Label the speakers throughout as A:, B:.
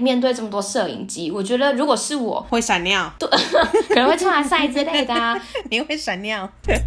A: 面对这么多摄影机，我觉得如果是 我，
B: 会闪尿，
A: 可能会出来晒之类的啊。
B: 你会闪尿。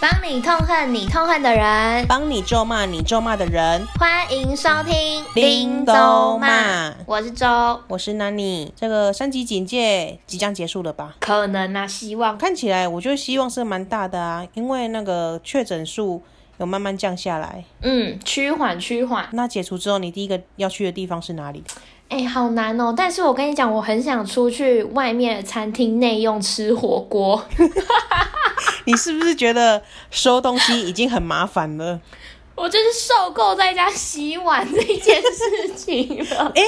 A: 帮你痛恨你痛恨的人，
B: 帮你咒骂你咒骂的人。
A: 欢迎收听
B: 叮咚骂
A: 我是周。
B: 我是 Nani，这个三级警戒即将结束了吧？
A: 可能啊，希望
B: 看起来我觉得希望是蛮大的啊，因为那个确诊数有慢慢降下来。
A: 嗯，趋缓趋缓。
B: 那解除之后，你第一个要去的地方是哪里？
A: 哎、好难哦。但是我跟你讲，我很想出去外面的餐厅内用吃火 锅。
B: 你是不是觉得收东西已经很麻烦了？
A: 我就是受够在家洗碗这件事情了。
B: 哎、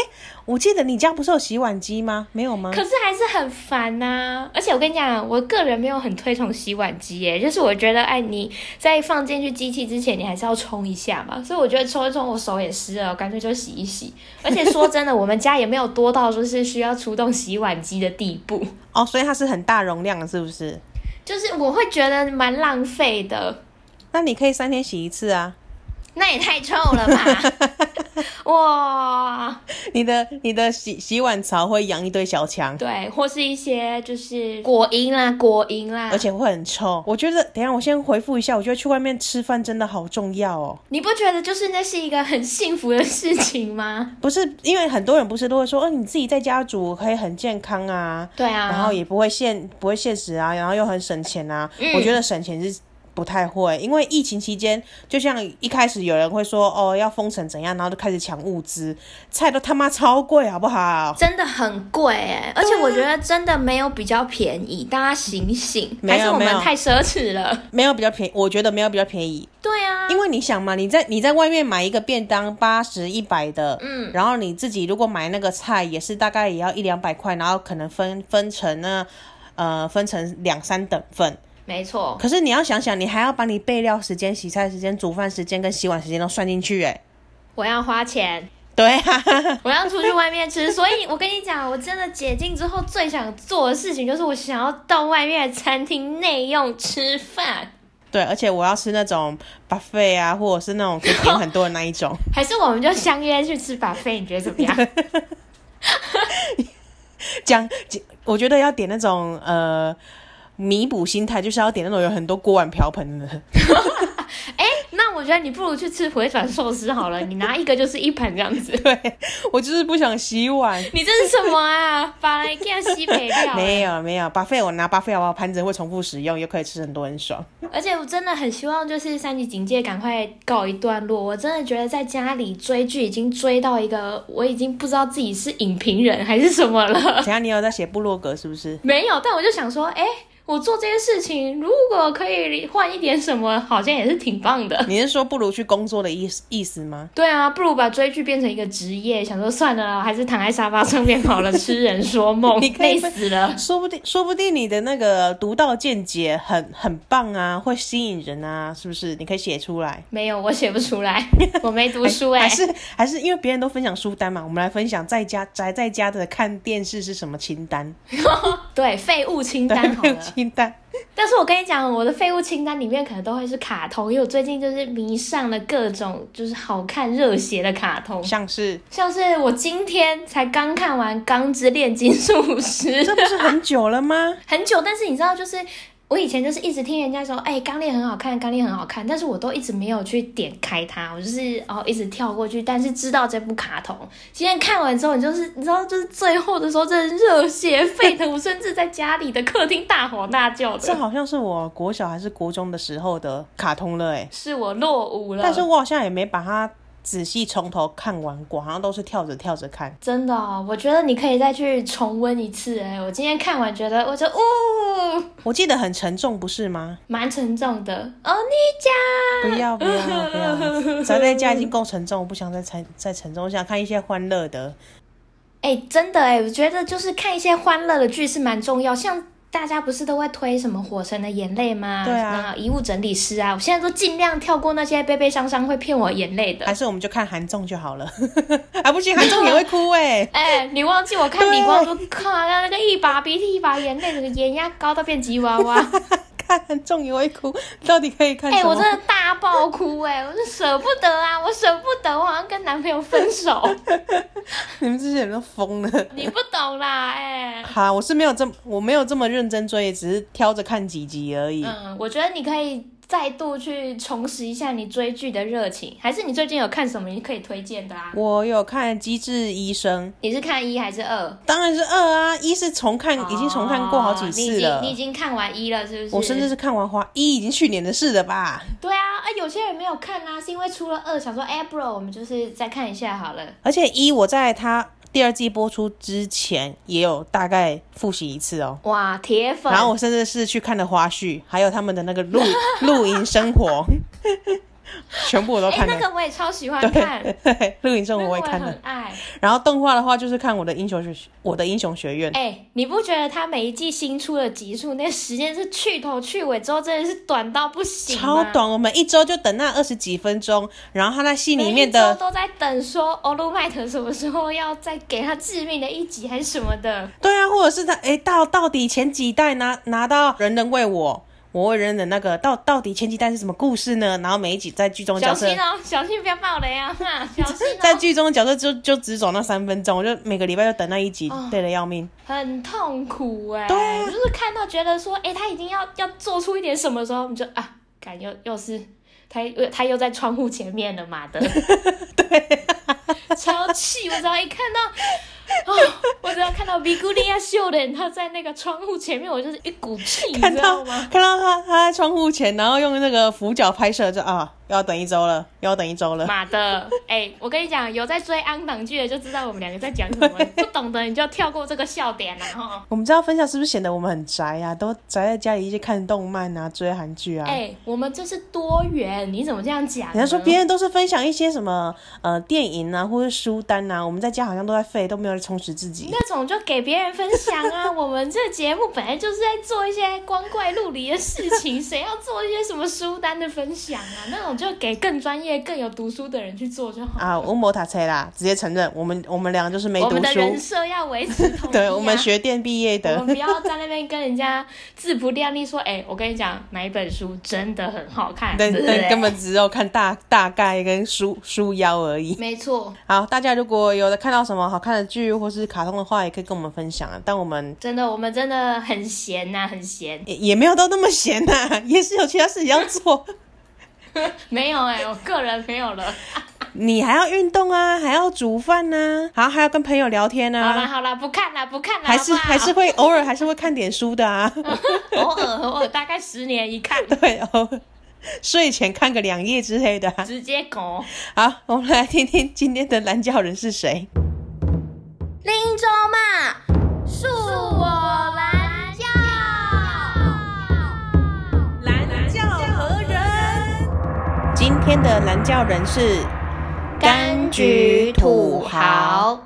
B: 我记得你家不是有洗碗机吗？没有吗？
A: 可是还是很烦呐、而且我跟你讲，我个人没有很推崇洗碗机耶，就是我觉得，哎，你在放进去机器之前，你还是要冲一下嘛。所以我觉得冲一冲，我手也湿了，干脆就洗一洗。而且说真的，我们家也没有多到说是需要出动洗碗机的地步，
B: 哦，所以它是很大容量的，是不是？
A: 就是我会觉得蛮浪费的。
B: 那你可以三天洗一次啊。
A: 那也太臭了吧！ 哇，
B: 你的你的洗洗碗槽会养一堆小强，
A: 对，或是一些就是果蝇啦，果蝇啦，
B: 而且会很臭。我觉得，等一下我先回复一下，我觉得去外面吃饭真的好重要哦。
A: 你不觉得就是那是一个很幸福的事情吗？
B: 不是因为很多人不是都会说，哦，你自己在家煮可以很健康啊，
A: 对啊，
B: 然后也不会限不会限时啊，然后又很省钱啊。
A: 嗯
B: 我觉得省钱是。不太会，因为疫情期间，就像一开始有人会说哦要封城怎样，然后就开始抢物资，菜都他妈超贵，好不好？
A: 真的很贵哎、而且我觉得真的没有比较便宜，大家醒醒，
B: 没有
A: 还是我们
B: 没有
A: 太奢侈 了？
B: 没有比较便宜，我觉得没有比较便宜，
A: 对啊，
B: 因为你想嘛，你在你在外面买一个便当八十一百的，嗯，然后你自己如果买那个菜也是大概也要一两百块，然后可能分分成呢，呃，分成两三等份。
A: 没错，
B: 可是你要想想，你还要把你备料时间、洗菜时间、煮饭时间跟洗碗时间都算进去，哎，
A: 我要花钱，
B: 对啊，
A: 我要出去外面吃， 所以我跟你讲，我真的解禁之后最想做的事情就是我想要到外面的餐厅内用吃饭，
B: 对，而且我要吃那种 buffet 啊，或者是那种可以点很多的那一种。
A: 还是我们就相约去吃 buffet，你觉得怎么样？
B: 讲，我觉得要点那种呃。弥补心态就是要点那种有很多锅碗瓢盆的，
A: 那我觉得你不如去吃回转寿司好了，你拿一个就是一盘这样子。
B: 对我就是不想洗碗。
A: 你这是什么啊？把来干西北料、
B: 没有没有，巴菲我拿巴菲好不好？盘子会重复使用，又可以吃很多，很爽。
A: 而且我真的很希望，就是三级警戒赶快告一段落。我真的觉得在家里追剧已经追到一个，我已经不知道自己是影评人还是什么了
B: 等。一下你有在写部落格是不是？
A: 没有，但我就想说，哎、我做这些事情，如果可以换一点什么，好像也是挺棒的。
B: 你是说不如去工作的意思意思吗？
A: 对啊，不如把追剧变成一个职业。想说算了啦，还是躺在沙发上面好了，痴人说梦
B: 你，可
A: 累
B: 以
A: 死了。
B: 说不定说不定你的那个独到见解很很棒啊，会吸引人啊，是不是？你可以写出来。
A: 没有，我写不出来，我没读书哎、
B: 还是还是因为别人都分享书单嘛，我们来分享在家宅在家的看电视是什么清单？
A: 对，废物清
B: 对
A: 单好，
B: 没有
A: 了。
B: 清单。
A: 但是我跟你讲，我的废物清单里面可能都会是卡通，因为我最近就是迷上了各种就是好看热血的卡通，
B: 像是
A: 像是我今天才刚看完《钢之炼金术师》
B: 这不是很久了吗？
A: 很久，但是你知道就是。我以前就是一直听人家说，哎、钢炼很好看，钢炼很好看，但是我都一直没有去点开它，我就是哦一直跳过去，但是知道这部卡通。今天看完之后，你就是你知道，就是最后的时候，真的热血沸腾，我甚至在家里的客厅大吼大叫的
B: 这。好像是我国小还是国中的时候的卡通了哎、
A: 是我落伍了。
B: 但是我好像也没把它仔细从头看完过，好像都是跳着跳着看。
A: 真的哦、我觉得你可以再去重温一次。哎，我今天看完觉得，我就呜，
B: 我记得很沉重，不是吗？
A: 蛮沉重的。哦，你
B: 不要不要不 要，宅在家已经够沉重，我不想再沉再沉重，我想看一些欢乐的。
A: 讲，哎，真的哎，我觉得就是看一些欢乐的剧是蛮重要，像。大家不是都会推什么《火神的眼泪》吗？
B: 对啊
A: 然后遗物整理师》啊，我现在都尽量跳过那些悲悲伤伤会骗我眼泪的
B: 还。是我们就看韩综就好了。 啊，不行，韩综也会哭哎、
A: 哎、你忘记我看李光洙，靠，那个一把鼻涕一把眼泪，整个眼压高到变吉娃娃。
B: 看，众里微哭，到底可以看
A: 哎、
B: 什么？
A: 我真的大爆哭哎、我就舍不得啊，我舍不得，我好像跟男朋友分手，
B: 你们这些人都疯了。
A: 你不懂啦哎、
B: 好啦，我是没有这么我没有这么认真追，只是挑着看几集而已。
A: 嗯，我觉得你可以再度去重拾一下你追剧的热情，还是你最近有看什么你可以推荐的啊？
B: 我有看《机智医生》，
A: 你是看一还是二？
B: 当然是二啊，一是重看，已经重看过好几次
A: 哦
B: 了。
A: 你已经你已经看完一了，是不是？
B: 我甚至是看完花一已经去年的事了吧，
A: 对啊啊，有些人没有看啊，是因为出了二，想说哎、不然我们就是再看一下好了。
B: 而且一我在它第二季播出之前也有大概复习一次哦。
A: 哇，铁粉！
B: 然后我甚至是去看了花絮，还有他们的那个 露露营生活， 全部我都
A: 哎、
B: 看了。
A: 那个我也超喜欢看，那
B: 对对，露营生活
A: 个
B: 我
A: 我
B: 也
A: 也
B: 看了
A: 很。爱。
B: 然后动画的话就是看我的英雄学我的英雄学院。
A: 哎、你不觉得他每一季新出的集数，那个时间是去头去尾之后，真的是短到不行吗，
B: 超短，我们一周就等那二十几分钟，然后他在戏
A: 每一周
B: 里面的
A: 都在等说欧陆麦特什么时候要再给他致命的一集还是什么的。
B: 对啊，或者是他诶，到到底前几代拿拿到人人为我，我为人人那个到到底前几代是什么故事呢？然后每一集在剧中的角
A: 小
B: 色
A: 心哦、小心不要爆雷啊！哈，小心
B: 在
A: 哦、
B: 剧中的角色就就只走那三分钟，我就每个礼拜就等那一集，
A: 哦
B: 累得要命。
A: 很痛苦哎、
B: 对啊
A: 就是看到觉得说，哎、他已经要要做出一点什么的时候，你就啊，感又又是他又他又在窗户前面了 嘛的，对，超气！我只要一看到，哦，我只要看到维古利亚秀的他在那个窗户前面，我就是一股气，你
B: 看
A: 知
B: 到
A: 道吗？
B: 看到他他在窗户前，然后用那个俯角拍摄，就啊，又要等一周了，又要等一周了。
A: 妈的！哎、我跟你讲，有在追安档剧的就知道我们两个在讲什么，不懂的你就跳过这个笑点啦、哈。
B: 我们这样分享是不是显得我们很宅啊？都宅在家里一直看动漫啊，追韩剧啊。
A: 哎、我们这是多元，你怎么这样讲呢？
B: 人家说别人都是分享一些什么呃电影啊，或者书单啊，我们在家好像都在废，都没有在充实自己。
A: 那种就给别人分享啊！ 我们这节目本来就是在做一些光怪陆离的事情，谁要做一些什么书单的分享啊？那种就给更专业、更有读书的人去做就好。
B: 啊，我摩塔车啦，直接承认我们我们俩就是没
A: 我
B: 读
A: 们的 人
B: 书，
A: 设要维持统一、啊。
B: 对我们学电毕业
A: 我
B: 的，
A: 们不要在那边跟人家自不量力说，哎、我跟你讲，哪一本书真的很好看，
B: 但
A: 对不
B: 但
A: 对？
B: 根本只有看大大概跟书书腰而已。
A: 没错，
B: 好，大家如果有的看到什么好看的剧或是卡通的话，也可以跟我们分享啊。但我们
A: 真的，我们真的很闲呐、很闲。
B: 也也没有到那么闲呐、 也是有其他事情要做。
A: 没有哎、我个人没有了。
B: 你还要运动啊，还要煮饭呐、啊，好，还要跟朋友聊天
A: 好啦
B: 啊，
A: 好啦，不看啦不看啦，
B: 还是
A: 好不好
B: 还是会偶尔还是会看点书的啊。
A: 偶尔偶尔，大概十年一 看，
B: 对哦，睡前看个两页之类的啊、
A: 直接拱。
B: 好，我们来听听今天的蓝教人是谁。
A: 林州嘛，恕我蓝教。
B: 蓝教何人？今天的蓝教人是
A: 柑橘土豪，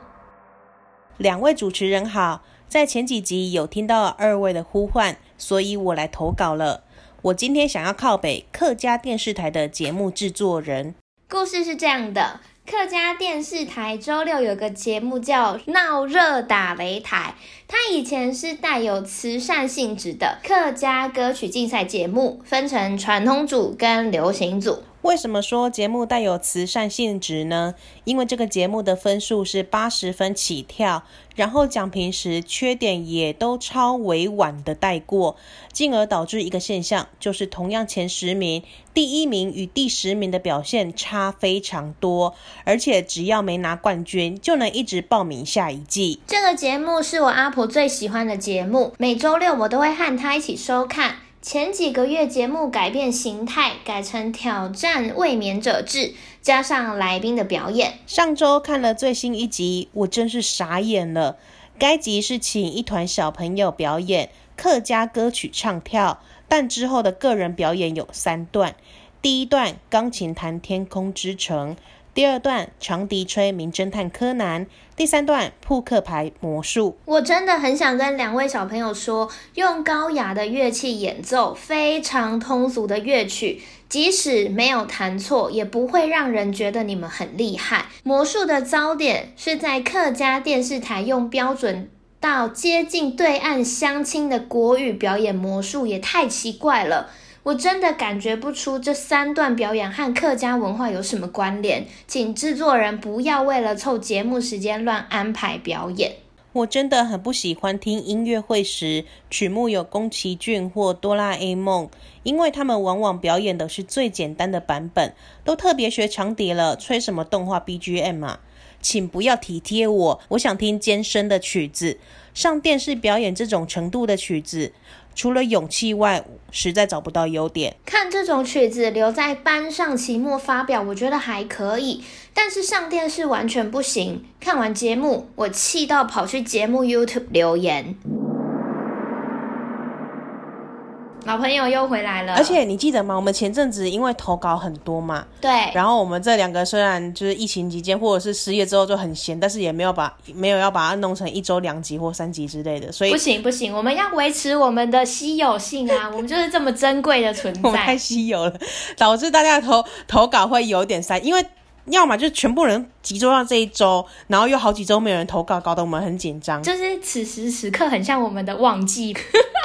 B: 两位主持人好，在前几集有听到二位的呼唤，所以我来投稿了。我今天想要靠北客家电视台的节目制作人，
A: 故事是这样的。客家电视台周六有个节目叫《闹热打擂台》，它以前是带有慈善性质的客家歌曲竞赛节目，分成传统组跟流行组。
B: 为什么说节目带有慈善性质呢？因为这个节目的分数是八十分起跳，然后讲平时缺点也都超委婉的带过，进而导致一个现象，就是同样前十名，第一名与第十名的表现差非常多，而且只要没拿冠军，就能一直报名下一季。
A: 这个节目是我阿婆最喜欢的节目，每周六我都会和她一起收看。前几个月节目改变形态，改成挑战卫冕者制，加上来宾的表演。
B: 上周看了最新一集，我真是傻眼了。该集是请一团小朋友表演客家歌曲唱跳，但之后的个人表演有三段。第一段钢琴弹《天空之城》，第二段长笛吹《名侦探柯南》，第三段扑克牌魔术。
A: 我真的很想跟两位小朋友说，用高雅的乐器演奏非常通俗的乐曲，即使没有弹错，也不会让人觉得你们很厉害。魔术的焦点是在客家电视台用标准到接近对岸相亲的国语表演魔术，也太奇怪了。我真的感觉不出这三段表演和客家文化有什么关联，请制作人不要为了凑节目时间乱安排表演。
B: 我真的很不喜欢听音乐会时曲目有宫崎骏或哆啦 A 梦，因为他们往往表演的是最简单的版本，都特别学长笛了，吹什么动画 BGM 啊？请不要体贴我，我想听尖声的曲子。上电视表演这种程度的曲子，除了勇气外，实在找不到优点。
A: 看这种曲子留在班上期末发表，我觉得还可以，但是上电视完全不行。看完节目，我气到跑去节目 YouTube 留言。老朋友又回来了，
B: 而且你记得吗？我们前阵子因为投稿很多嘛，
A: 对，
B: 然后我们这两个虽然就是疫情期间或者是失业之后就很闲，但是也没有把没有要把它弄成一周两集或三集之类的，所以
A: 不行不行，我们要维持我们的稀有性 啊，我们就是这么珍贵的存
B: 我们太
A: 在。
B: 稀有了，导致大家投投稿会有点塞，因为要么就全部人集中到这一周，然后又好几周没有人投稿，搞得我们很紧张。
A: 就是此时此刻很像我们的旺季，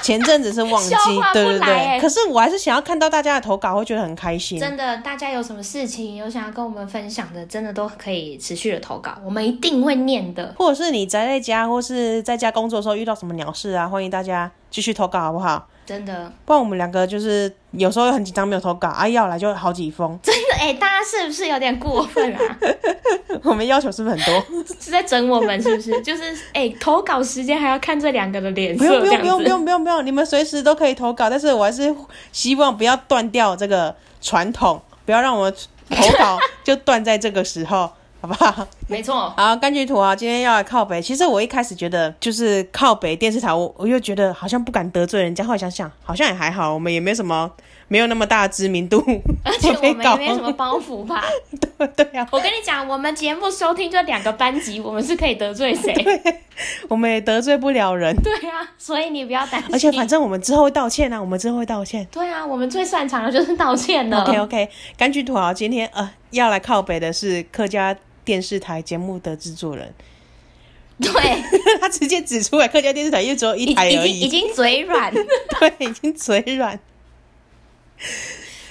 B: 前阵子是忘记
A: 消化，不
B: 对对
A: 来欸
B: 对，可是我还是想要看到大家的投稿，会觉得很开心。
A: 真的，大家有什么事情有想要跟我们分享的，真的都可以持续的投稿，我们一定会念的。
B: 或者是你宅在家，或是在家工作的时候遇到什么鸟事啊，欢迎大家继续投稿，好不好？
A: 真的，
B: 不然我们两个就是有时候很紧张，没有投稿啊，要来就好几封，
A: 真的，哎、大家是不是有点过分啊？
B: 我们要求是不是很多？
A: 是在整我们是不是？就是哎、投稿时间还要看这两个的脸
B: 不
A: 色，
B: 用不
A: 这样
B: 用不用不
A: 子。
B: 用不用不用，你们随时都可以投稿，但是我还是希望不要断掉这个传统，不要让我们投稿就断在这个时候。好不好？
A: 没错，
B: 好，柑橘土豪啊今天要来靠北。其实我一开始觉得就是靠北电视台，我我又觉得好像不敢得罪人家。后来想想，好像也还好，我们也没什么，没有那么大的知名度，
A: 而且我
B: 被
A: 们也
B: 搞
A: 没什么包袱吧。
B: 对啊，
A: 我跟你讲，我们节目收听这两个班级，我们是可以得罪 谁？
B: 我们也得罪不了人。
A: 对啊，所以你不要担心。
B: 而且反正我们之后会道歉啊，我们之后会道歉。
A: 对啊，我们最擅长的就是道歉 了。
B: OK OK，柑橘土豪今天呃要来靠北的是客家电视台节目的制作人，
A: 对，
B: 他直接指出来客家电视台也只有
A: 已
B: 一台
A: 已
B: 而
A: 经已
B: 哎已，
A: 经嘴软，
B: 对，已经嘴软，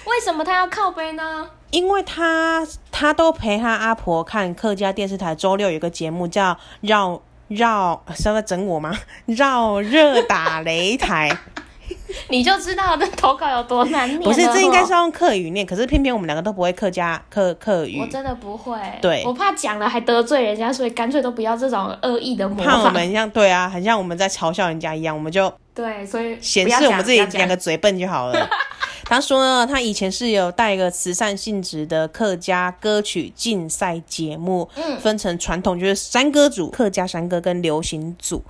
A: 为什么他要靠背呢？
B: 因为他他都陪他阿婆看客家电视台，周六有个节目叫绕。绕是要整我吗？ 绕热打擂台，
A: 你就知道这投稿有多难 念了。
B: 不是，这应该是
A: 哦
B: 要用客语念，可是偏偏我们两个都不会客家客客语
A: 我，真的不会。
B: 对
A: 我怕讲了还得罪人家，所以干脆都不要这种恶意的模
B: 怕我
A: 仿。
B: 们像对啊，很像我们在嘲笑人家一样，我们就
A: 对，所以
B: 显
A: 不要
B: 示
A: 讲
B: 我们自己
A: 不要
B: 两个
A: 讲
B: 嘴笨就好了。 他说呢，他以前是有带一个慈善性质的客家歌曲竞赛节目，
A: 嗯
B: 分成传统就是山歌组、客家山歌跟流行组。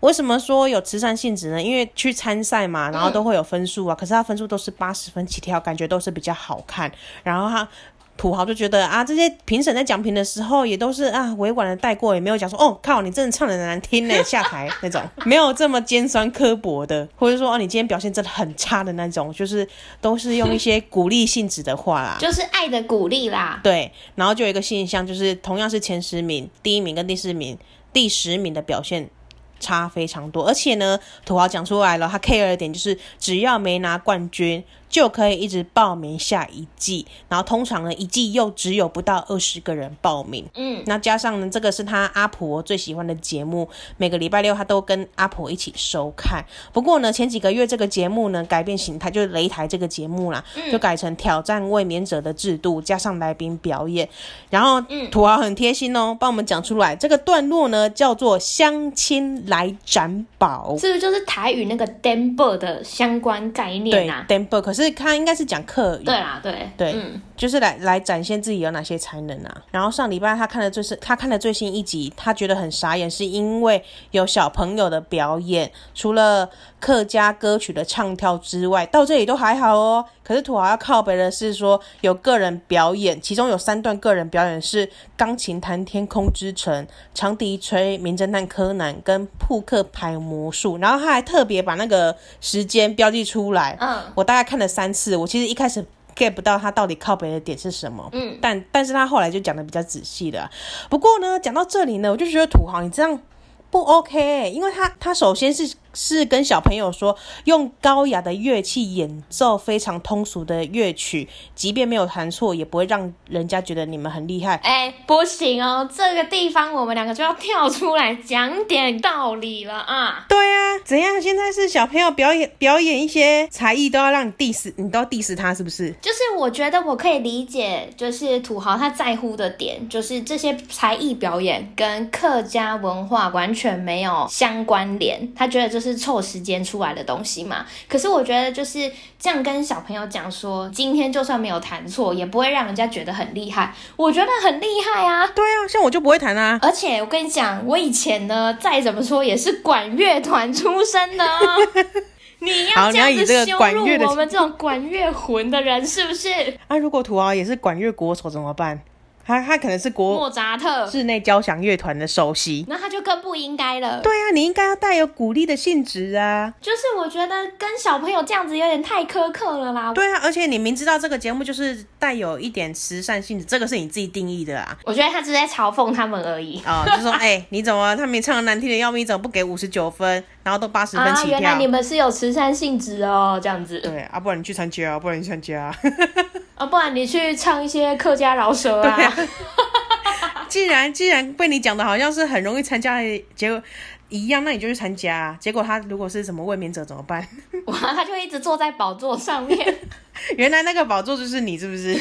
B: 为什么说有慈善性质呢？因为去参赛嘛，
A: 嗯
B: 然后都会有分数啊，可是他分数都是八十分起跳，感觉都是比较好看。然后他土豪就觉得啊，这些评审在讲评的时候也都是啊委婉的带过，也没有讲说哦靠，你真的唱的难听呢，下台那种，没有这么尖酸刻薄的，或者说哦你今天表现真的很差的那种，就是都是用一些鼓励性质的话啦。
A: 就是爱的鼓励啦。
B: 对，然后就有一个现象，就是同样是前十名，第一名跟第四名、第十名的表现差非常多。而且呢，土豪讲出来了，他 care 的点就是，只要没拿冠军，就可以一直报名下一季。然后通常呢，一季又只有不到二十个人报名。
A: 嗯，
B: 那加上呢，这个是他阿婆最喜欢的节目，每个礼拜六他都跟阿婆一起收看。不过呢，前几个月这个节目呢改变形态，就是擂台这个节目啦，就改成挑战卫冕者的制度，加上来宾表演。然后土豪很贴心哦，帮我们讲出来这个段落呢，叫做相亲来展宝。
A: 是不是就是台语那个 d e m b e 的相关概念
B: 对
A: 啊？
B: ，Dembo，可是他应该是讲客语，
A: 对啦，对
B: 对
A: 嗯，
B: 就是来来展现自己有哪些才能啊。然后上礼拜他看了最是他看了最新一集，他觉得很傻眼，是因为有小朋友的表演，除了客家歌曲的唱跳之外，到这里都还好哦。可是土豪要靠北的是说有个人表演，其中有三段个人表演是钢琴弹《天空之城》、长笛吹《名侦探柯南》跟扑克牌魔术，然后他还特别把那个时间标记出来。
A: 嗯，
B: 我大概看了三次，我其实一开始 get 不到他到底靠北的点是什么，
A: 嗯，
B: 但但是他后来就讲的比较仔细了啊。不过呢，讲到这里呢，我就觉得土豪你这样不 OK，因为他他首先是是跟小朋友说，用高雅的乐器演奏非常通俗的乐曲，即便没有弹错，也不会让人家觉得你们很厉害。
A: 哎、不行哦，这个地方我们两个就要跳出来讲点道理了啊！
B: 对啊，怎样？现在是小朋友表演表演一些才艺，都要让你 diss，你都要 diss 他是不是？
A: 就是我觉得我可以理解，就是土豪他在乎的点，就是这些才艺表演跟客家文化完全没有相关联，他觉得这是凑时间出来的东西嘛。可是我觉得就是这样跟小朋友讲说，今天就算没有弹错，也不会让人家觉得很厉害。我觉得很厉害啊，
B: 对啊，像我就不会弹啊。
A: 而且我跟你讲，我以前呢，再怎么说也是管乐团出身的、 哦。你要
B: 好你
A: 这
B: 要
A: 样
B: 以
A: 子
B: 这个
A: 羞
B: 管乐的
A: 辱我们这种管乐魂的人，是不是？
B: 啊，如果土豪也是管乐国手怎么办？他他可能是国
A: 莫扎特，
B: 室内交响乐团的首席。
A: 那他就更不应该了。
B: 对啊，你应该要带有鼓励的性质啊。
A: 就是我觉得跟小朋友这样子有点太苛刻了啦。
B: 对啊，而且你明知道这个节目就是带有一点慈善性质，这个是你自己定义的啊。
A: 我觉得他只是在嘲讽他们而已。
B: 哦，就说哎、你怎么他们唱的难听的要命，你怎么不给五十九分，然后都八十分
A: 啊，
B: 起跳？
A: 原来你们是有慈善性质哦，这样子。
B: 对啊，不然你去参加，不然你去参加。
A: 啊，不然你去唱一些客家饶舌啊。
B: 对啊既然既然被你讲的好像是很容易参加的结果一样，那你就去参加、啊。结果他如果是什么卫冕者怎么办？
A: 哇，他就一直坐在宝座上 面，
B: 原来那个宝座就是你，是不 是？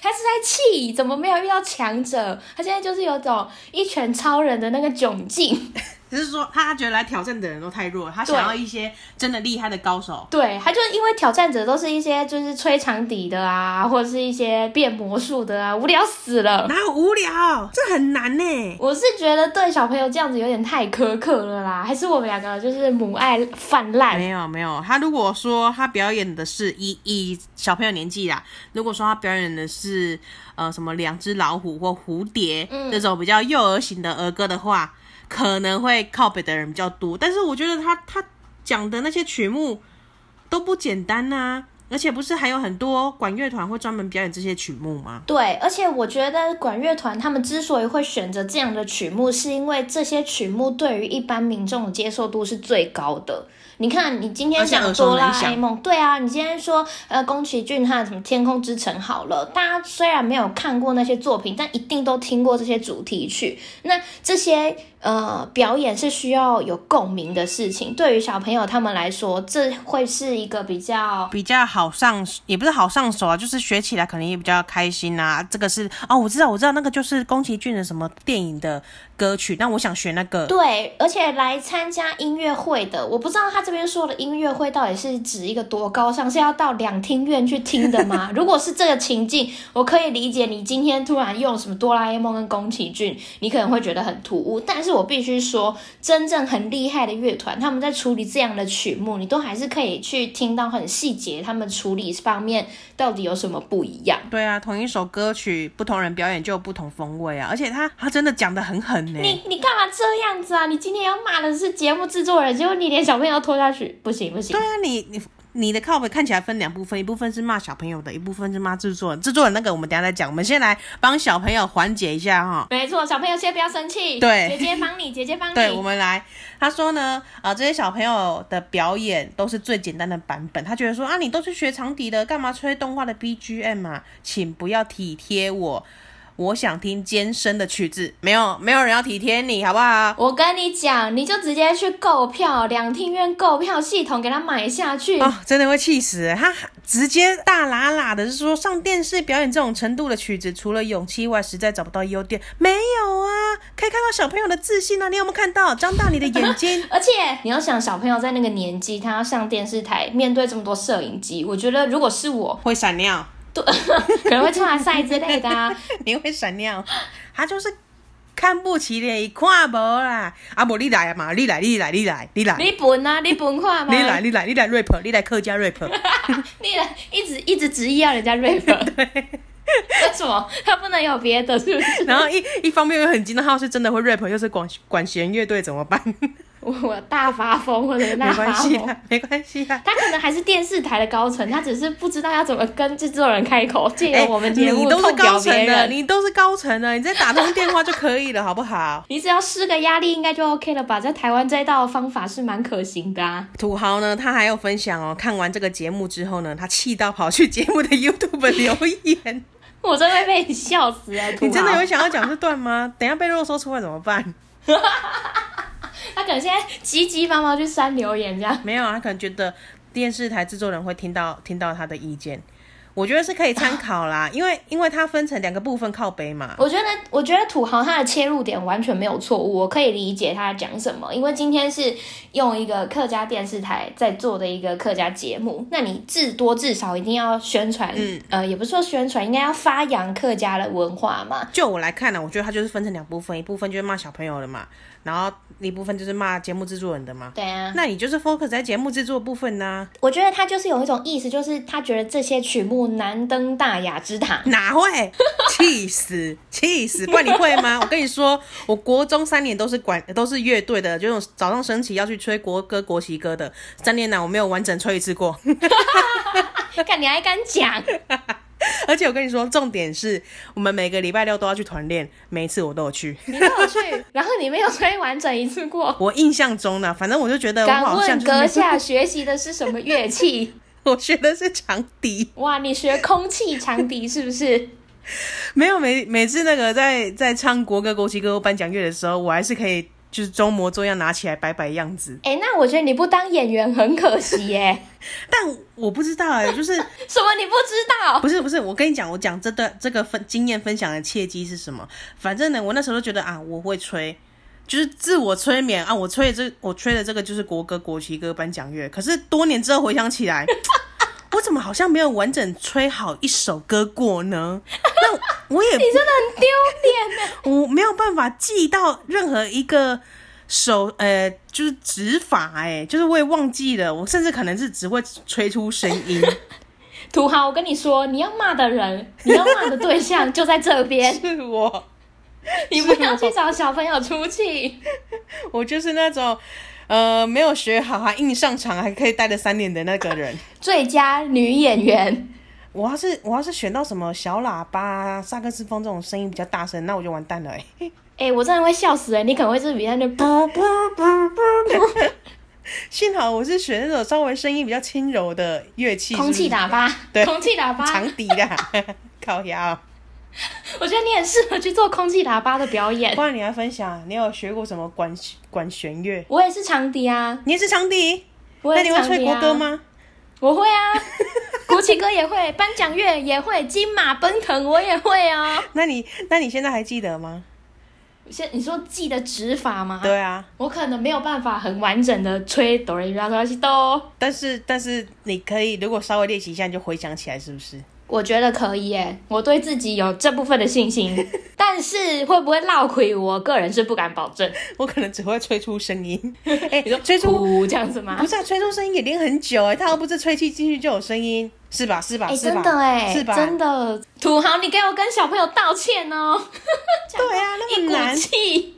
A: 他是在气，怎么没有遇到强者？他现在就是有种一拳超人的那个窘境。
B: 只是说他觉得来挑战的人都太弱，他想要一些真的厉害的高手。
A: 对，他就因为挑战者都是一些就是吹长笛的啊，或者是一些变魔术的啊，无聊死了。
B: 哪有无聊？这很难呢。
A: 我是觉得对小朋友这样子有点太苛刻了啦，还是我们两个就是母爱泛滥。
B: 没有没有，他如果说他表演的是以以小朋友年纪啦，如果说他表演的是呃什么两只老虎或蝴蝶、这种比较幼儿型的儿歌的话，可能会靠北的人比较多。但是我觉得他他讲的那些曲目都不简单呐、而且不是还有很多管乐团会专门表演这些曲目吗？
A: 对，而且我觉得管乐团他们之所以会选择这样的曲目，是因为这些曲目对于一般民众的接受度是最高的。你看，你今天
B: 而且
A: 讲
B: 耳熟
A: 哆
B: 能
A: 啦
B: 详
A: A 梦，对啊，你今天说呃宫崎骏他的什么《天空之城》好了，大家虽然没有看过那些作品，但一定都听过这些主题曲。那这些呃表演是需要有共鸣的事情，对于小朋友他们来说，这会是一个比较
B: 比较好上，也不是好上手啊，就是学起来肯定也比较开心啊。这个是哦，我知道，我知道，那个就是宫崎骏的什么电影的歌曲，那我想学那个。
A: 对，而且来参加音乐会的，我不知道他这边说的音乐会到底是指一个多高尚，是要到两厅院去听的吗？ 如果是这个情境，我可以理解你今天突然用什么哆啦 A 梦跟宫崎骏，你可能会觉得很突兀。但是我必须说，真正很厉害的乐团，他们在处理这样的曲目，你都还是可以去听到很细节，他们处理方面到底有什么不一样。
B: 对啊，同一首歌曲，不同人表演就有不同风味啊。而且他他真的讲的很狠呢、
A: 你你干嘛这样子啊？你今天要骂的是节目制作人，结果你连小朋友都拖下去，不行不行
B: 对。啊，你你你的靠北看起来分两部分，一部分是骂小朋友的，一部分是骂制作人。制作人那个我们等一下再讲，我们先来帮小朋友缓解一下哈。
A: 没错，小朋友先不要生气，
B: 对
A: 姐姐帮你，姐姐帮你。
B: 对，我们来，他说呢，啊、这些小朋友的表演都是最简单的版本。他觉得说啊，你都去学长笛的，干嘛吹动画的 BGM 啊？请不要体贴我，我想听尖声的曲子。没有，没有人要体贴你，好不好？
A: 我跟你讲，你就直接去购票，两厅院购票系统给它买下去。
B: 哦，真的会气死！他直接大喇喇的是说，上电视表演这种程度的曲子，除了勇气外，实在找不到优点。没有啊，可以看到小朋友的自信啊！你有没有看到？张大你的 眼睛
A: 而且你要想，小朋友在那个年纪，他要上电视台，面对这么多摄影机，我觉得如果是我，
B: 会闪亮。
A: 对， 可能会穿赛之类的 啊。
B: 你会闪尿，他就是看不起你，看无啦。啊，无你来嘛，你来，你来，你来，你来，
A: 你本啊，你本看吗？
B: 你来，，你来，你来 rap，你来客 家 rap。
A: 你来，一直一直执意要人家 rap。为 什么他不能有别 的？是不是？
B: 然后一一方面又很惊讶，他是真的会 rap，又是管管弦乐队怎么办？
A: 我我大发疯，我的大
B: 没
A: 发
B: 关系
A: 疯。
B: 啦， 没关系 啊啦。
A: 他可能还是电视台的高层，他只是不知道要怎么跟制作人开口，借由我们节
B: 哎你
A: 目
B: 都是
A: 痛
B: 高
A: 表别
B: 层的，
A: 人。
B: 你都是高层的，你再打通电话就可以了，好不好？
A: 你只要施个压力，应该就 OK 了吧？在台湾这一道方法是蛮可行的啊。
B: 土豪呢，他还有分享哦，看完这个节目之后呢，他气到跑去节目的 YouTube 留言。
A: 我真会被你笑死哎、土豪
B: 你真的有想要讲这段吗？等一下被肉说出来怎么办？
A: 他可能现在急急忙忙去删留言，这样
B: 没有啊，他可能觉得电视台制作人会听到听到他的意见，我觉得是可以参考啦，因为因为它分成两个部分靠背嘛。
A: 我觉得，我觉得土豪他的切入点完全没有错误，我可以理解他讲什么，因为今天是用一个客家电视台在做的一个客家节目，那你至多至少一定要宣传，
B: 嗯
A: 呃，也不是说宣传，应该要发扬客家的文化嘛。
B: 就我来看呢、我觉得它就是分成两部分，一部分就是骂小朋友的嘛，然后一部分就是骂节目制作人的嘛。
A: 对啊，
B: 那你就是 focus 在节目制作部分呢、
A: 我觉得他就是有一种意思，就是他觉得这些曲目难登大雅之 堂。
B: 哪会？气死，气死！不然你会吗？我跟你说，我国中三年都是管都是乐队的，就是早上升旗要去吹国歌、国旗歌的，三年来我没有完整吹一次过。
A: 看你还敢讲？
B: 而且我跟你说，重点是我们每个礼拜六都要去团练，每一次我都有去。
A: 你没有去，然后你没有吹完整一次过。
B: 我印象中呢，反正我就觉得我
A: 敢
B: 好像
A: 问
B: 就是
A: 阁
B: 没
A: 下学习的是什么乐器？
B: 我学的是长笛。
A: 哇，你学空气长笛是不是？
B: 没有每每次那个在在唱国歌、国旗歌或颁奖乐的时候，我还是可以就是装模作样拿起来摆摆样子。
A: 哎、那我觉得你不当演员很可惜 耶。
B: 但我不知道哎、就
A: 什
B: 是
A: 么你不知道？
B: 不是不是，我跟你讲，我讲这段这个分经验分享的契机是什么？反正呢，我那时候就觉得啊，我会吹，就是自我催眠啊，我吹的这我吹的这个就是国歌、国旗歌、颁奖乐。可是多年之后回想起来， 我怎么好像没有完整吹好一首歌过呢？那 我也
A: 你真的很丢脸呢。
B: 我没有办法记到任何一个手，呃，就是指法、哎，就是我也忘记了，我甚至可能是只会吹出声音。
A: 土豪，我跟你说，你要骂的人，你要骂的对象就在这 边，
B: 是我，
A: 你不要去找小朋友出气。
B: 我就是那种，呃，没有学好还硬上场，还可以待了三年的那个 人。
A: 最佳女演员，
B: 我要是我要是选到什么小喇叭啊、萨克斯风这种声音比较大声，那我就完蛋了、哎，
A: 哎、我真的会笑死哎、你可能会是比在那 不不不不，
B: 幸好我是选那种稍微声音比较轻柔的乐器，
A: 空气
B: 是
A: 打发，
B: 对
A: 空气打
B: 不
A: 发
B: 是，长笛啦， 烤鸭、 哦。
A: 我觉得你很适合去做空气喇叭的表演
B: 不。然你来分享，你有学过什么管管弦乐？
A: 我也是长笛啊，
B: 你也是长笛，
A: 我
B: 那
A: 也是
B: 你会
A: 长
B: 吹
A: 笛
B: 国
A: 啊。
B: 歌？吗？
A: 我会啊， 国旗歌也会，颁奖乐也会，金马奔腾我也会哦。
B: 那你那你现在还记得吗？
A: 现你说记的指法吗？，
B: 对啊，
A: 我可能没有办法很完整的吹哆来咪发嗦拉西哆，
B: 但是但是你可以，如果稍微练习一下，你就回想起来，是不是？
A: 我觉得可以耶，我对自己有这部分的信 心，但是会不会落亏，我个人是不敢保 证。
B: 我可能只会吹出 声音，哎、吹出
A: 呜这样子吗
B: 不？是啊，吹出声音也练很久哎、他又不是吹气进去就有声音，是吧？是吧？
A: 哎、
B: 是吧？
A: 真的哎，
B: 是吧？
A: 真的，土豪，你给我跟小朋友道歉哦。
B: 对啊，那
A: 一
B: 么难
A: 股，气。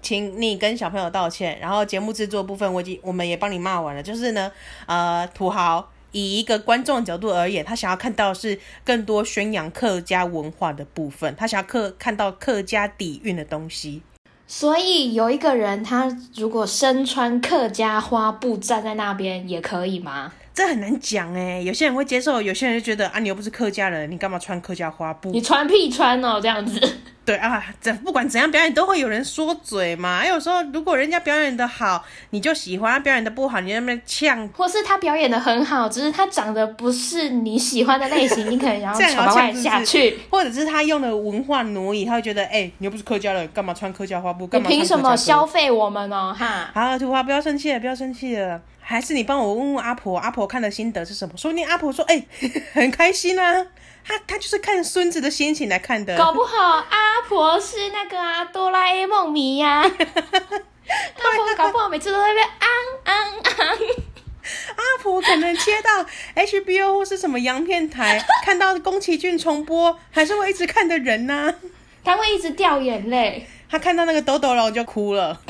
B: 请你跟小朋友道歉。然后节目制作部分，我已经我们也帮你骂完了。就是呢，呃，土豪以一个观众的角度而言，他想要看到的是更多宣扬客家文化的部分，他想要客看到客家底蕴的东西。
A: 所以有一个人，他如果身穿客家花布站在那边，也可以吗？
B: 这很难讲哎、有些人会接受，有些人就觉得啊，你又不是客家人，你干嘛穿客家花布
A: 你？穿屁穿哦，这样子。
B: 对啊，这不管怎样表演都会有人说嘴嘛。还有时候如果人家表演的好，你就喜欢；表演的不好，你在那边呛，
A: 或是他表演的很好，只是他长得不是你喜欢的类型，你可能要
B: 这样也要
A: 把他
B: 呛是不是
A: 下去。
B: 或者是他用的文化挪移，他会觉得，哎、你又不是客家人，干嘛穿客家花布？
A: 你
B: 干嘛
A: 凭什么消
B: 消？
A: 费我们哦？哈，
B: 好，土豪，不要生气了，不要生气了。还是你帮我问问阿婆，阿婆看的心得是什么？说不定阿婆说，哎、 很开心啊，她她就是看孙子的心情来看的。
A: 搞不好阿婆是那个啊哆啦 A 梦迷 呀、阿婆搞不好每次都在那边昂昂昂，
B: 阿婆可能切到 HBO 或是什么洋片台，看到宫崎骏重播，还是会一直看的人呐、
A: 他会一直掉眼泪。
B: 他看到那个抖抖了，我就哭了。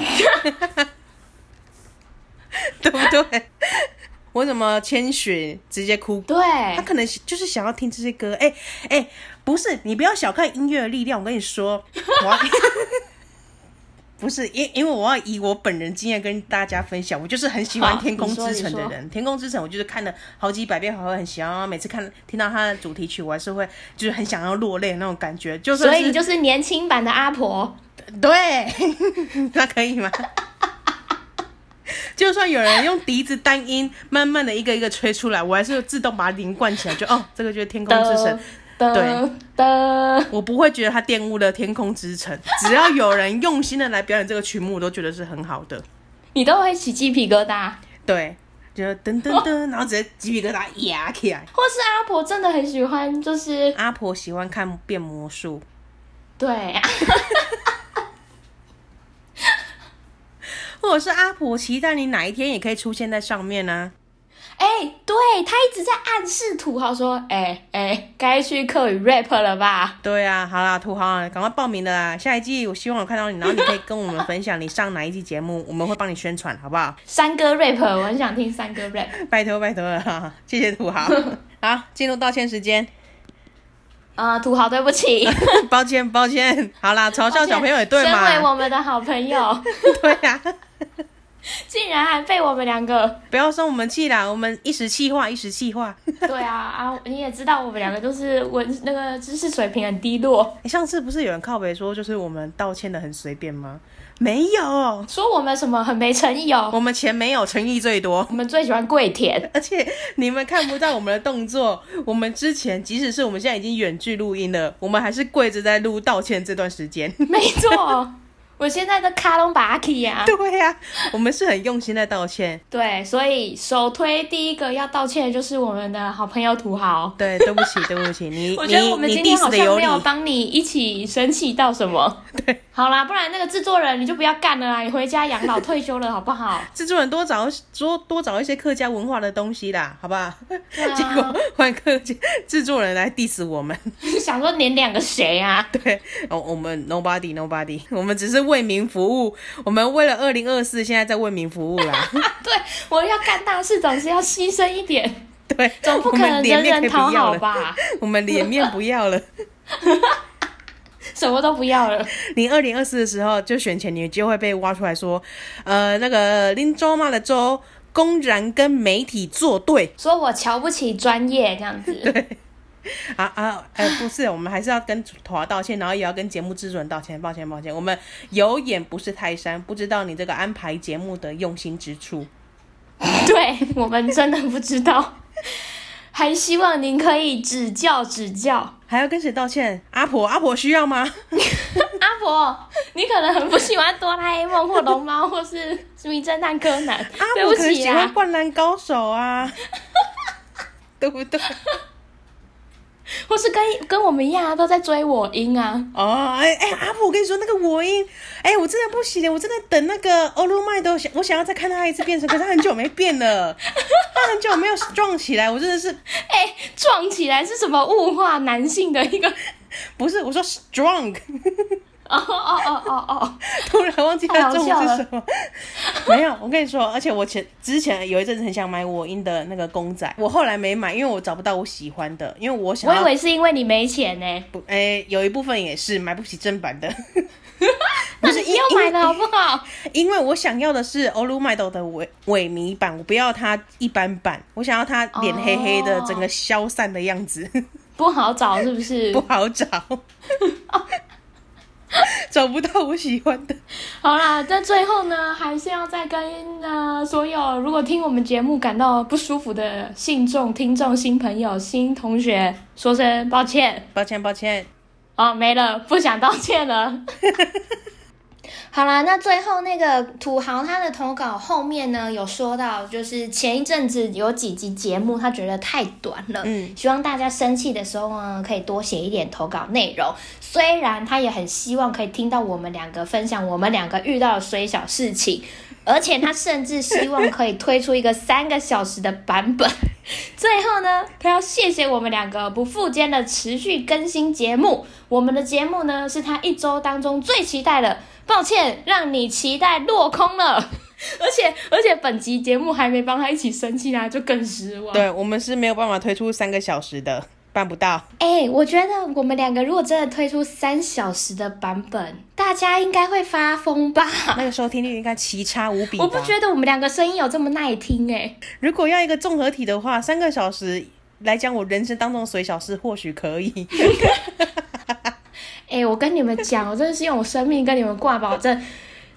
B: 对不对？我怎么千寻直接哭？
A: 对，
B: 他可能就是想要听这些歌。哎、哎、不是，你不要小看音乐的力量。我跟 你说，我要 不是因因为我要以我本人经验跟大家分享，我就是很喜欢
A: 好
B: 《天空
A: 你说
B: 之城》的
A: 你说
B: 人，《天空之城》我就是看了好几百遍，还会很喜欢。每次看听到他的主题曲，我还是会就是很想要落泪的那种感觉。就算
A: 所
B: 是
A: 以你就是年轻版的阿婆。
B: 对， 那可以吗？就算有人用笛子单音慢慢的一个一个吹出来，我还是自动把它连贯起来，就哦，这个就是天空之城。对
A: 的的，
B: 我不会觉得它玷污了天空之城，只要有人用心的来表演这个曲目，我都觉得是很好的。
A: 你都会起鸡皮疙瘩。
B: 对，就噔噔噔，然后直接鸡皮疙瘩压起来。
A: 或是阿婆真的很喜欢，就是
B: 阿婆喜欢看变魔术，
A: 对，
B: 或者是阿婆期待你哪一天也可以出现在上面啊呢、
A: 哎、对他一直在暗示土豪说，哎、哎，该、去课语 rap 了吧？
B: 对啊，好啦，土豪，赶快报名的啦！下一季我希望我看到你，然后你可以跟我们分享你上哪一季节目，我们会帮你宣传，好不好？
A: 三哥 rap，我很想听三哥 rap。
B: 拜托拜托了，谢谢土豪。好，进入道歉时间，
A: 呃，土豪，对不起，
B: 抱歉抱歉。好啦，嘲笑小朋友也对
A: 身为
B: 嘛？
A: 我们的好朋友，
B: 对呀、啊，
A: 竟然还被我们两个，
B: 不要生我们气啦，我们一时气话一时气话。
A: 对啊啊，你也知道我们两个就是文那个知识水平很低落，
B: 诶上次不是有人靠北说，就是我们道歉的很随便吗？没有，
A: 说我们什么很没诚意哦，
B: 我们钱没有，诚意最多。
A: 我们最喜欢跪舔，
B: 而且你们看不到我们的动作，我们之前即使是我们现在已经远距录音了，我们还是跪着在录道歉这段时间。
A: 没错，我现在的卡隆巴基呀。
B: 对呀、我们是很用心在道歉。
A: 对，所以首推第一个要道歉的就是我们的好朋友土豪。
B: 对，对不起，对不起，你
A: 我
B: 你
A: 觉得我们
B: 你
A: 今天
B: diss
A: 好
B: 的
A: 像
B: 有
A: 没
B: 理，
A: 有帮你一起生气到什么。对，好啦，不然那个制作人你就不要干了啦，你回家养老退休了好不 好？
B: 制作人多找多多找一些客家文化的东西啦，好 不好？
A: 对啊
B: 结果换客家制作人来 diss 我们，
A: 想说连两个谁啊？
B: 对，哦，我们 nobody nobody，我们只是为民服务，我们为了二零二四现在在为民服务啦，
A: 对，我要干大事总是要牺牲一点，
B: 对，
A: 总不
B: 我
A: 可
B: 们
A: 能
B: 脸
A: 人
B: 面可
A: 人
B: 以
A: 讨
B: 不要
A: 好
B: 了？
A: 吧？
B: 我们脸面不要了。
A: 什么都不要了。
B: 你二零二四的时候就选前，你就会被挖出来说，呃，那个林州妈的州公然跟媒体作对
A: 说我瞧不起专业这样子，
B: 啊啊！ 哎、不是，我们还是要跟土豪道歉，然后也要跟节目制作人道歉，抱歉抱歉，我们有眼不识泰山，不知道你这个安排节目的用心之处。
A: 对我们真的不知道， 还希望您可以指教指教。
B: 还要跟谁道歉？阿婆，阿婆需要 吗？
A: 阿婆，你可能很不喜欢哆啦 A 梦或龙猫或是名侦探柯南，
B: 阿
A: 对
B: 婆
A: 不
B: 可能
A: 起
B: 喜欢
A: 啊，
B: 灌篮高手啊， 对不对？
A: 或是跟跟我们一样、啊、都在追我音啊，
B: 哦，哎、哎、阿婆，我跟你说那个我音，哎、我真的不行了，我真的等那个欧露麦都想，我想要再看他一次变身，可是他很久没变 了，他很久没有撞起来，我真的是
A: 哎、撞起来是什么物化男性的一个？
B: 不是我说 strong，
A: 哦哦哦哦哦，
B: 突然忘记他中
A: 太好
B: 文
A: 笑
B: 是什么， 没有，我跟你说，而且我前之前有一阵子很想买我音的那个公仔，我后来没买，因为我找不到我喜欢的，因为我想
A: 我以
B: 要
A: 为是因为你没钱呢、
B: 不，哎、有一部分也是买不起正 版的。
A: 那
B: 不
A: 你
B: 是
A: 不
B: 因
A: 要买了好不好？
B: 因为我想要的是欧露麦斗的萎萎靡版，我不要它一般版，我想要它脸黑黑的
A: 哦
B: 整个消散的样子，
A: 不好找是不是
B: 不？好找， 找不到我喜欢的。
A: 好啦，在最后呢，还是要再跟呃所有如果听我们节目感到不舒服的信众、听众、新朋友、新同学说声抱歉。
B: 抱歉，抱歉，
A: 哦，没了，不想道歉了。 好啦，那最后那个土豪他的投稿后面呢，有说到，就是前一阵子有几集节目他觉得太短了，
B: 嗯，
A: 希望大家生气的时候呢，可以多写一点投稿内容。虽然他也很希望可以听到我们两个分享我们两个遇到的虽小事情，而且他甚至希望可以推出一个三个小时的版本。最后呢，他要谢谢我们两个不负肩的持续更新节目。我们的节目呢，是他一周当中最期待的。抱歉，让你期待落空了。 而且而且本集节目还没帮他一起生气啊，就更失望。
B: 对我们是没有办法推出三个小时的，办不到。
A: 哎、我觉得我们两个如果真的推出三小时的版本，大家应该会发疯吧？
B: 那个收听率应该奇差无比吧。
A: 我不觉得我们两个声音有这么耐听哎、
B: 如果要一个综合体的话，三个小时来讲我人生当中的水小事或许可以。
A: 哎、我跟你们讲，我真的是用我生命跟你们挂保证。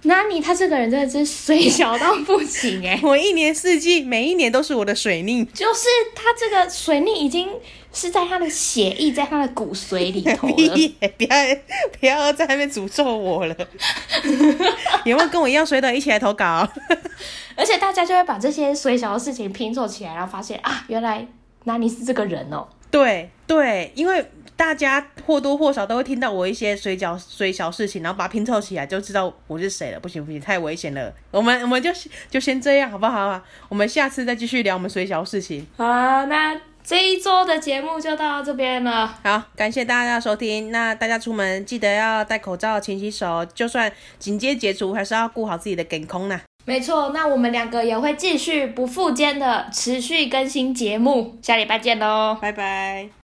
A: 那你他这个人真的是水小到不行哎、
B: 我一年四季每一年都是我的水逆，
A: 就是他这个水逆已经是在他的血液，在他的骨髓里头了。
B: 屁不要不要在那边诅咒我 了。有没有跟我一样水短一起来投稿？
A: 而且大家就会把这些水小的事情拼凑起来，然后发现啊，原来那你是这个人哦、
B: 对对，因为大家或多或少都会听到我一些水饺水小事情，然后把它拼凑起来，就知道我是谁了。不行不行，太危险了。我们我们就就先这样好不好啊？我们下次再继续聊我们水小事情。
A: 好啦，那这一周的节目就到这边了。
B: 好，感谢大家的收听。那大家出门记得要戴口罩、勤洗手，就算警戒解除，还是要顾好自己的健康呐。
A: 没错，那我们两个也会继续不负肩的持续更新节目，下礼拜见喽。
B: 拜拜。